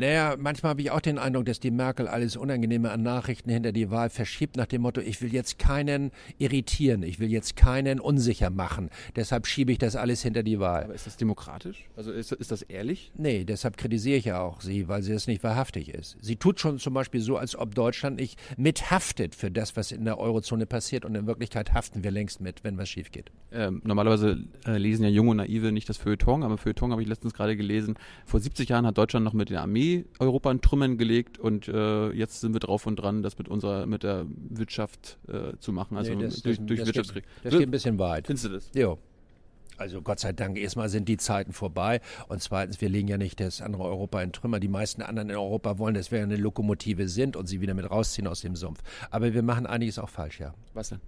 Naja, manchmal habe ich auch den Eindruck, dass die Merkel alles Unangenehme an Nachrichten hinter die Wahl verschiebt, nach dem Motto, ich will jetzt keinen irritieren, ich will jetzt keinen unsicher machen. Deshalb schiebe ich das alles hinter die Wahl. Aber ist das demokratisch? Also ist, ist das ehrlich? Nee, deshalb kritisiere ich ja auch sie, weil sie das nicht wahrhaftig ist. Sie tut schon zum Beispiel so, als ob Deutschland nicht mithaftet für das, was in der Eurozone passiert. Und in Wirklichkeit haften wir längst mit, wenn was schief geht. Ähm, normalerweise äh, lesen ja Junge und Naive nicht das Feuilleton, aber Feuilleton habe ich letztens gerade gelesen. Vor 70 Jahren hat Deutschland noch mit der Armee Europa in Trümmern gelegt und äh, jetzt sind wir drauf und dran, das mit unserer, mit der Wirtschaft äh, zu machen, also Nee, das, durch, das, durch das Wirtschaftskrieg. Geht, das geht ein bisschen weit. Findest du das? Jo. Also Gott sei Dank, erstmal sind die Zeiten vorbei und zweitens, wir legen ja nicht das andere Europa in Trümmer. Die meisten anderen in Europa wollen, dass wir eine Lokomotive sind und sie wieder mit rausziehen aus dem Sumpf. Aber wir machen einiges auch falsch, ja. Was denn?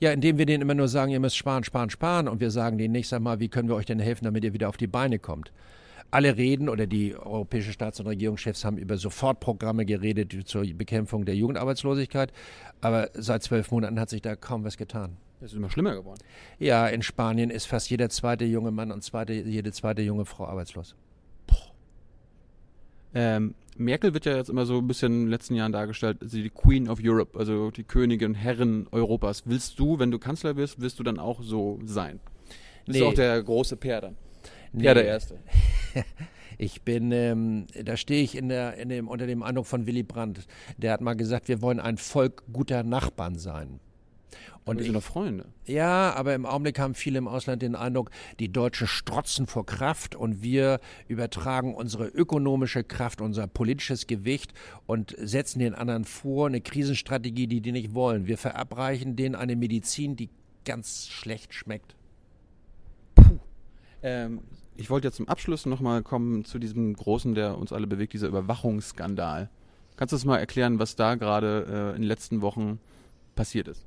Ja, indem wir denen immer nur sagen, ihr müsst sparen, sparen, sparen und wir sagen denen nächstes Mal, wie können wir euch denn helfen, damit ihr wieder auf die Beine kommt. Alle reden oder die europäischen Staats- und Regierungschefs haben über Sofortprogramme geredet zur Bekämpfung der Jugendarbeitslosigkeit, aber seit zwölf Monaten hat sich da kaum was getan. Das ist immer schlimmer geworden. Ja, in Spanien ist fast jeder zweite junge Mann und zweite, jede zweite junge Frau arbeitslos. Ähm, Merkel wird ja jetzt immer so ein bisschen in den letzten Jahren dargestellt, sie die Queen of Europe, also die Königin, Herrin Europas. Willst du, wenn du Kanzler wirst, willst du dann auch so sein? Nee. Bist du auch der große Pär dann? Pär der Erste. Ich bin, ähm, da stehe ich in der, in dem, unter dem Eindruck von Willy Brandt. Der hat mal gesagt, wir wollen ein Volk guter Nachbarn sein. Und Und wir ich, sind doch Freunde. ja, aber im Augenblick haben viele im Ausland den Eindruck, die Deutschen strotzen vor Kraft und wir übertragen unsere ökonomische Kraft, unser politisches Gewicht und setzen den anderen vor eine Krisenstrategie, die die nicht wollen. Wir verabreichen denen eine Medizin, die ganz schlecht schmeckt. Ähm, ich wollte jetzt zum Abschluss nochmal kommen zu diesem großen, der uns alle bewegt, dieser Überwachungsskandal. Kannst du uns mal erklären, was da gerade äh, in den letzten Wochen passiert ist?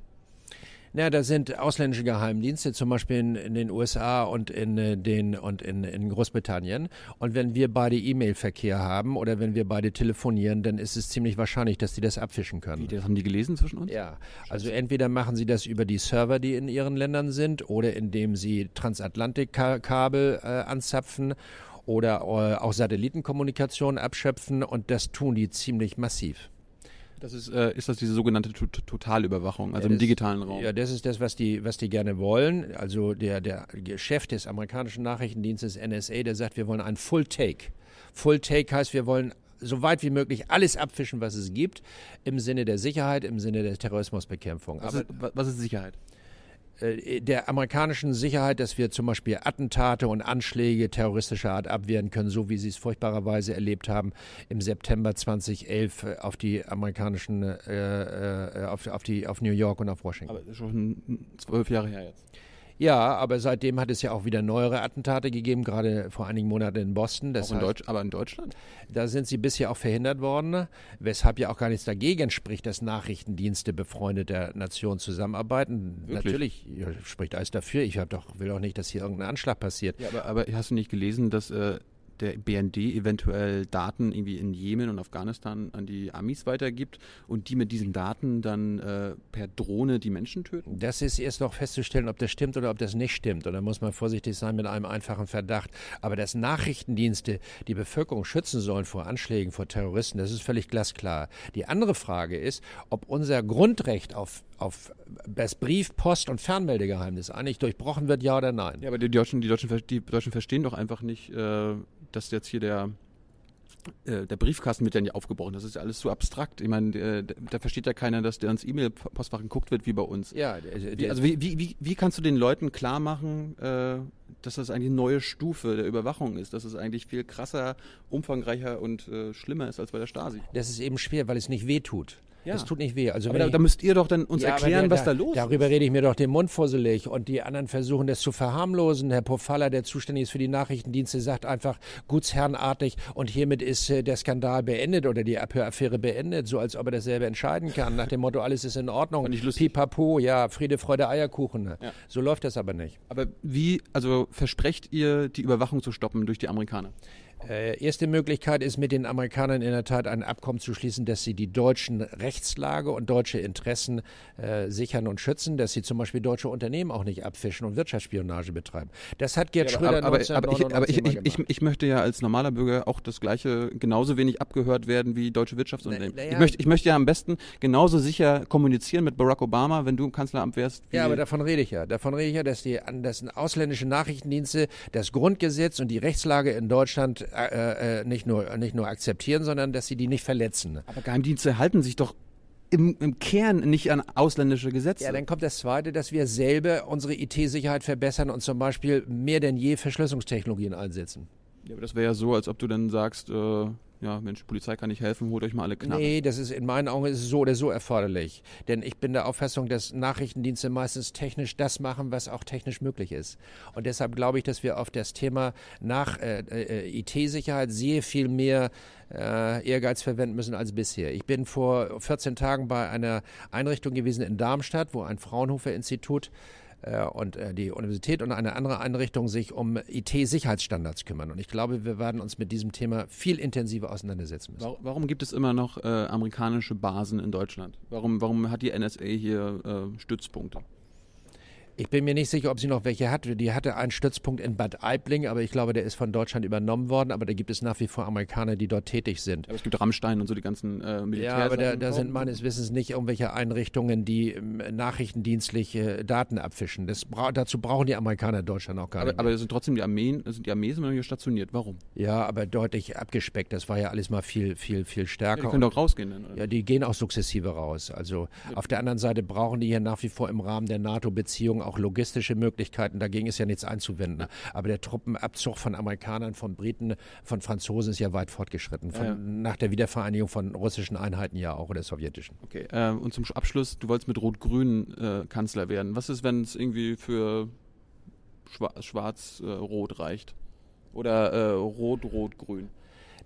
Na, da sind ausländische Geheimdienste, zum Beispiel in, in den USA und in äh, den und in, in Großbritannien. Und wenn wir beide E-Mail-Verkehr haben oder wenn wir beide telefonieren, dann ist es ziemlich wahrscheinlich, dass die das abfischen können. Wie, das haben die gelesen zwischen uns? Ja, also entweder machen sie das über die Server, die in ihren Ländern sind, oder indem sie Transatlantikkabel äh, anzapfen oder äh, auch Satellitenkommunikation abschöpfen und das tun die ziemlich massiv. Das ist, äh, ist das diese sogenannte to Totalüberwachung, also Ja, im das- digitalen Raum? Ja, das ist das, was die, was die gerne wollen. Also der, der Chef des amerikanischen Nachrichtendienstes NSA, der sagt, wir wollen einen Full Take. Full Take heißt, wir wollen so weit wie möglich alles abfischen, was es gibt, im Sinne der Sicherheit, im Sinne der Terrorismusbekämpfung. was, ist, wa- was ist Sicherheit? äh, der amerikanischen Sicherheit, dass wir zum Beispiel Attentate und Anschläge terroristischer Art abwehren können, so wie sie es furchtbarerweise erlebt haben im September 2011 äh, auf die amerikanischen, äh, äh, auf, auf, die, auf New York und auf Washington. Aber das ist schon zwölf Jahre her jetzt. ja, aber seitdem hat es ja auch wieder neuere Attentate gegeben, gerade vor einigen Monaten in Boston. Das Auch in heißt, Deutsch, aber in Deutschland? Da sind sie bisher auch verhindert worden, weshalb ja auch gar nichts dagegen spricht, dass Nachrichtendienste befreundeter Nationen zusammenarbeiten. Wirklich? Natürlich ja, spricht alles dafür. Ich hab doch, will doch nicht, dass hier irgendein Anschlag passiert. Ja, aber, aber hast du nicht gelesen, dass äh, der BND eventuell Daten irgendwie in Jemen und Afghanistan an die Amis weitergibt und die mit diesen Daten dann äh, per Drohne die Menschen töten? Das ist erst noch festzustellen, ob das stimmt oder ob das nicht stimmt. Und da muss man vorsichtig sein mit einem einfachen Verdacht. Aber dass Nachrichtendienste die Bevölkerung schützen sollen vor Anschlägen, vor Terroristen, das ist völlig glasklar. Die andere Frage ist, ob unser Grundrecht auf, auf das Brief, Post und Fernmeldegeheimnis eigentlich durchbrochen wird, ja oder nein. Ja, aber die Deutschen, die Deutschen, ver- die Deutschen verstehen doch einfach nicht, äh, dass jetzt hier der äh, der Briefkasten wird dann ja aufgebrochen. Das ist ja alles so abstrakt. Ich meine, äh, da- da versteht ja keiner, dass der ins E-Mail-Postfach geguckt wird wie bei uns. Ja, der- Wie, der- also wie, wie, wie, wie kannst du den Leuten klar machen, äh, dass das eigentlich eine neue Stufe der Überwachung ist, dass es eigentlich viel krasser, umfangreicher und äh, schlimmer ist als bei der Stasi? das ist eben schwer, weil es nicht weh tut. Ja. Es tut nicht weh. Also Aber wenn da, ich- da müsst ihr doch dann uns Ja, aber erklären, der- was da los ist. Darüber rede ich mir doch den Mund fusselig und die anderen versuchen das zu verharmlosen. Herr Pofalla, der zuständig ist für die Nachrichtendienste, sagt einfach gutsherrenartig und hiermit ist äh, der Skandal beendet oder die Abhöraffäre beendet, so als ob er das selber entscheiden kann, nach dem Motto, alles ist in Ordnung. Fand ich lustig. Pipapo, ja, Friede, Freude, Eierkuchen. ne? So läuft das aber nicht. Aber wie, also versprecht ihr, die Überwachung zu stoppen durch die Amerikaner? Äh, erste Möglichkeit ist mit den Amerikanern in der Tat ein Abkommen zu schließen, dass sie die deutschen Rechtslage und deutsche Interessen äh, sichern und schützen, dass sie zum Beispiel deutsche Unternehmen auch nicht abfischen und Wirtschaftsspionage betreiben. Das hat Gerd Schröder Aber, aber, aber, ich, aber 1999 ich, mal ich, ich, gemacht. ich möchte ja als normaler Bürger auch das Gleiche genauso wenig abgehört werden wie deutsche Wirtschaftsunternehmen. Na- na ja. ich, möchte, ich möchte ja am besten genauso sicher kommunizieren mit Barack Obama, wenn du im Kanzleramt wärst. Wie Ja, aber davon rede ich ja. Davon rede ich ja, dass die an- dass ausländische Nachrichtendienste das Grundgesetz und die Rechtslage in Deutschland äh, äh, nicht, nur, nicht nur akzeptieren, sondern dass sie die nicht verletzen. aber Geheimdienste halten sich doch im, im Kern nicht an ausländische Gesetze. Ja, dann kommt das Zweite, dass wir selber unsere IT-Sicherheit verbessern und zum Beispiel mehr denn je Verschlüsselungstechnologien einsetzen. Ja, aber das wäre ja so, als ob du dann sagst, äh, ja, Mensch, Polizei kann nicht helfen, holt euch mal alle Knarren. Nee, das ist in meinen Augen ist es so oder so erforderlich. Denn ich bin der Auffassung, dass Nachrichtendienste meistens technisch das machen, was auch technisch möglich ist. Und deshalb glaube ich, dass wir auf das Thema nach äh, äh, IT-Sicherheit sehr viel mehr äh, Ehrgeiz verwenden müssen als bisher. Ich bin vor 14 Tagen bei einer Einrichtung gewesen in Darmstadt, wo ein Fraunhofer-Institut äh, und äh, die Universität und eine andere Einrichtung sich um IT-Sicherheitsstandards kümmern. Und ich glaube, wir werden uns mit diesem Thema viel intensiver auseinandersetzen müssen. Wa- Warum gibt es immer noch äh, amerikanische Basen in Deutschland? Warum, warum hat die NSA hier äh, Stützpunkte? Ich bin mir nicht sicher, ob sie noch welche hat. Die hatte einen Stützpunkt in Bad Aibling, aber ich glaube, der ist von Deutschland übernommen worden. Aber da gibt es nach wie vor Amerikaner, die dort tätig sind. Aber es gibt Rammstein und so die ganzen äh, Ja, Militär. aber da, da sind meines Wissens nicht irgendwelche Einrichtungen, die ähm, nachrichtendienstliche Daten abfischen. Das bra dazu brauchen die Amerikaner Deutschland auch gar aber, nicht. aber es sind trotzdem die Armeen, es sind die Armeen sind immer hier stationiert. Warum? ja, aber deutlich abgespeckt. Das war ja alles mal viel, viel, viel Ja, stärker. die können doch rausgehen dann. Oder? Ja, die gehen auch sukzessive raus. Also auf der anderen Seite brauchen die ja nach wie vor im Rahmen der NATO-Beziehungen auch logistische Möglichkeiten. Dagegen ist ja nichts einzuwenden. Aber der Truppenabzug von Amerikanern, von Briten, von Franzosen ist ja weit fortgeschritten. Von, Ja, ja. Nach der Wiedervereinigung von russischen Einheiten ja auch oder sowjetischen. Okay. Äh, und zum Abschluss, du wolltest mit Rot-Grün äh, Kanzler werden. Was ist, wenn es irgendwie für Schwa- Schwarz-Rot reicht? Oder äh, Rot-Rot-Grün?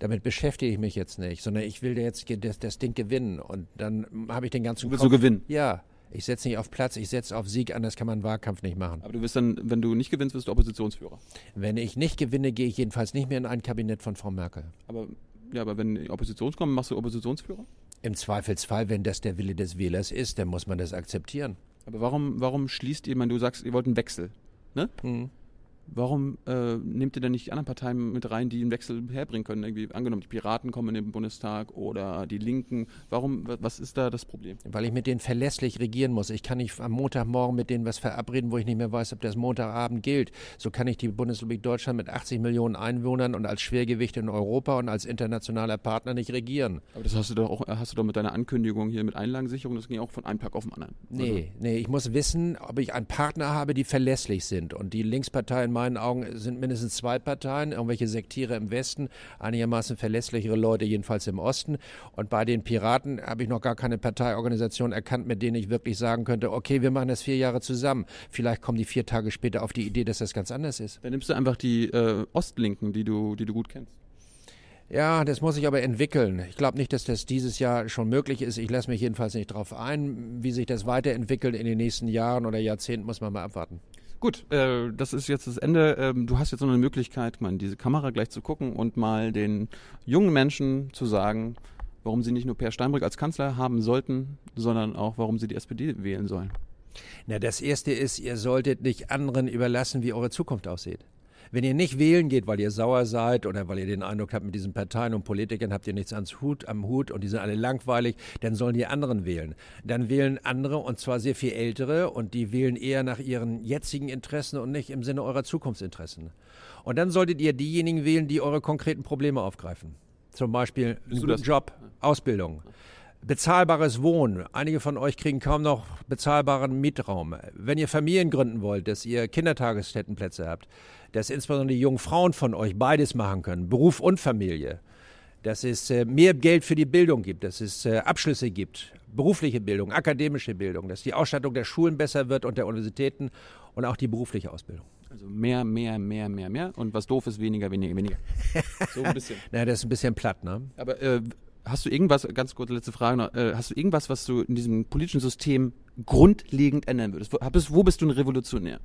Damit beschäftige ich mich jetzt nicht, sondern ich will jetzt ge- das, das Ding gewinnen. Und dann mm, habe ich den ganzen Du willst so gewinnen. Ja, ich setze nicht auf Platz, ich setze auf Sieg, anders kann man einen Wahlkampf nicht machen. Aber du wirst dann, wenn du nicht gewinnst, wirst du Oppositionsführer. Wenn ich nicht gewinne, gehe ich jedenfalls nicht mehr in ein Kabinett von Frau Merkel. Aber ja, aber wenn die Opposition kommt, machst du Oppositionsführer? Im Zweifelsfall, wenn das der Wille des Wählers ist, dann muss man das akzeptieren. Aber warum, warum schließt ihr, ich meine, du sagst, ihr wollt einen Wechsel, ne? Warum äh, nehmt ihr denn nicht die anderen Parteien mit rein, die einen Wechsel herbringen können? Irgendwie angenommen, die Piraten kommen in den Bundestag oder die Linken. Warum, wa- was ist da das Problem? Weil ich mit denen verlässlich regieren muss. Ich kann nicht am Montagmorgen mit denen was verabreden, wo ich nicht mehr weiß, ob das Montagabend gilt. So kann ich die Bundesrepublik Deutschland mit 80 Millionen Einwohnern und als Schwergewicht in Europa und als internationaler Partner nicht regieren. Aber das hast du doch auch, äh, hast du doch mit deiner Ankündigung hier mit Einlagensicherung, das ging ja auch von einem Tag auf den anderen. Also, Nee, nee, ich muss wissen, ob ich einen Partner habe, die verlässlich sind. Und die Linkspartei in meinen Augen sind mindestens zwei Parteien, irgendwelche Sektiere im Westen, einigermaßen verlässlichere Leute jedenfalls im Osten. Und bei den Piraten habe ich noch gar keine Parteiorganisation erkannt, mit denen ich wirklich sagen könnte, okay, wir machen das vier Jahre zusammen. Vielleicht kommen die vier Tage später auf die Idee, dass das ganz anders ist. Dann nimmst du einfach die äh, Ostlinken, die du, die du gut kennst. Ja, das muss ich aber entwickeln. Ich glaube nicht, dass das dieses Jahr schon möglich ist. Ich lasse mich jedenfalls nicht drauf ein. Wie sich das weiterentwickelt in den nächsten Jahren oder Jahrzehnten, muss man mal abwarten. Gut, äh, das ist jetzt das Ende. Ähm, du hast jetzt noch eine Möglichkeit, mal in diese Kamera gleich zu gucken und mal den jungen Menschen zu sagen, warum sie nicht nur Per Steinbrück als Kanzler haben sollten, sondern auch, warum sie die SPD wählen sollen. Na, das erste ist, ihr solltet nicht anderen überlassen, wie eure Zukunft aussieht. Wenn ihr nicht wählen geht, weil ihr sauer seid oder weil ihr den Eindruck habt, mit diesen Parteien und Politikern habt ihr nichts ans Hut, am Hut und die sind alle langweilig, dann sollen die anderen wählen. Dann wählen andere und zwar sehr viel ältere und die wählen eher nach ihren jetzigen Interessen und nicht im Sinne eurer Zukunftsinteressen. Und dann solltet ihr diejenigen wählen, die eure konkreten Probleme aufgreifen. Zum Beispiel einen du guten das? Job, Ausbildung. Bezahlbares Wohnen. Einige von euch kriegen kaum noch bezahlbaren Mietraum. Wenn ihr Familien gründen wollt, dass ihr Kindertagesstättenplätze habt, dass insbesondere die jungen Frauen von euch beides machen können, Beruf und Familie, dass es äh, mehr Geld für die Bildung gibt, dass es äh, Abschlüsse gibt, berufliche Bildung, akademische Bildung, dass die Ausstattung der Schulen besser wird und der Universitäten und auch die berufliche Ausbildung. Also mehr, mehr, mehr, mehr, mehr. Und was doof ist, weniger, weniger, weniger. So ein bisschen. Naja, das ist ein bisschen platt, ne? Aber äh, hast du irgendwas, ganz kurze letzte Frage noch, äh, hast du irgendwas, was du in diesem politischen System grundlegend ändern würdest? Wo, hab- bist- wo bist du ein Revolutionär?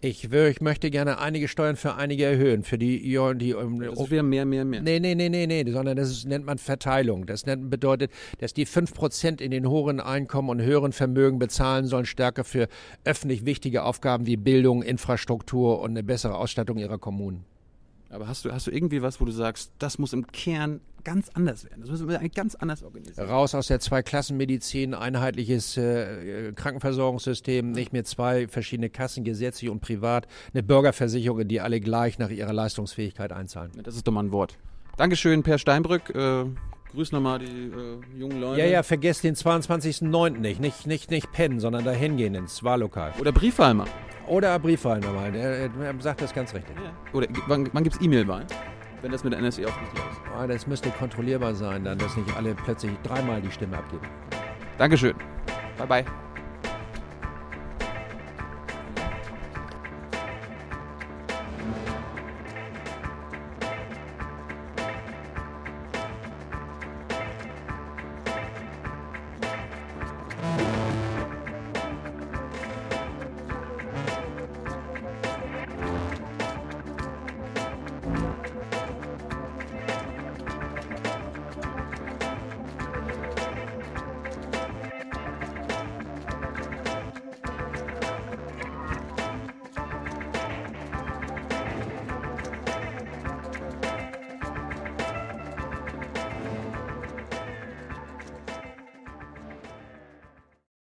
Ich, wür- ich möchte gerne einige Steuern für einige erhöhen, für die, die um, Das wäre mehr, mehr, mehr. Nee, nee, nee, nee, nee, sondern das ist, nennt man Verteilung. Das nennt, bedeutet, dass die 5% in den hohen Einkommen und höheren Vermögen bezahlen sollen, stärker für öffentlich wichtige Aufgaben wie Bildung, Infrastruktur und eine bessere Ausstattung ihrer Kommunen. Aber hast du, hast du irgendwie was, wo du sagst, das muss im Kern ganz anders werden? Das müssen wir eigentlich ganz anders organisieren. Raus aus der Zweiklassenmedizin, einheitliches äh, äh, Krankenversorgungssystem, nicht mehr zwei verschiedene Kassen, gesetzlich und privat, eine Bürgerversicherung, in die alle gleich nach ihrer Leistungsfähigkeit einzahlen. Das ist doch mal ein Wort. Dankeschön, Per Steinbrück. Äh, grüß nochmal die äh, jungen Leute. Ja, ja, vergesst den 22.09. nicht. Nicht, nicht, nicht pennen, sondern dahin gehen ins Wahllokal. Oder Briefhalmer. Oder Briefwahl nochmal. Er, er sagt das ganz richtig. Oder g- wann, wann gibt es E-Mail-Wahl? Wenn das mit der E NSA offensichtlich ist. Ah, Das müsste kontrollierbar sein, dann, dass nicht alle plötzlich dreimal die Stimme abgeben. Dankeschön. Bye, bye.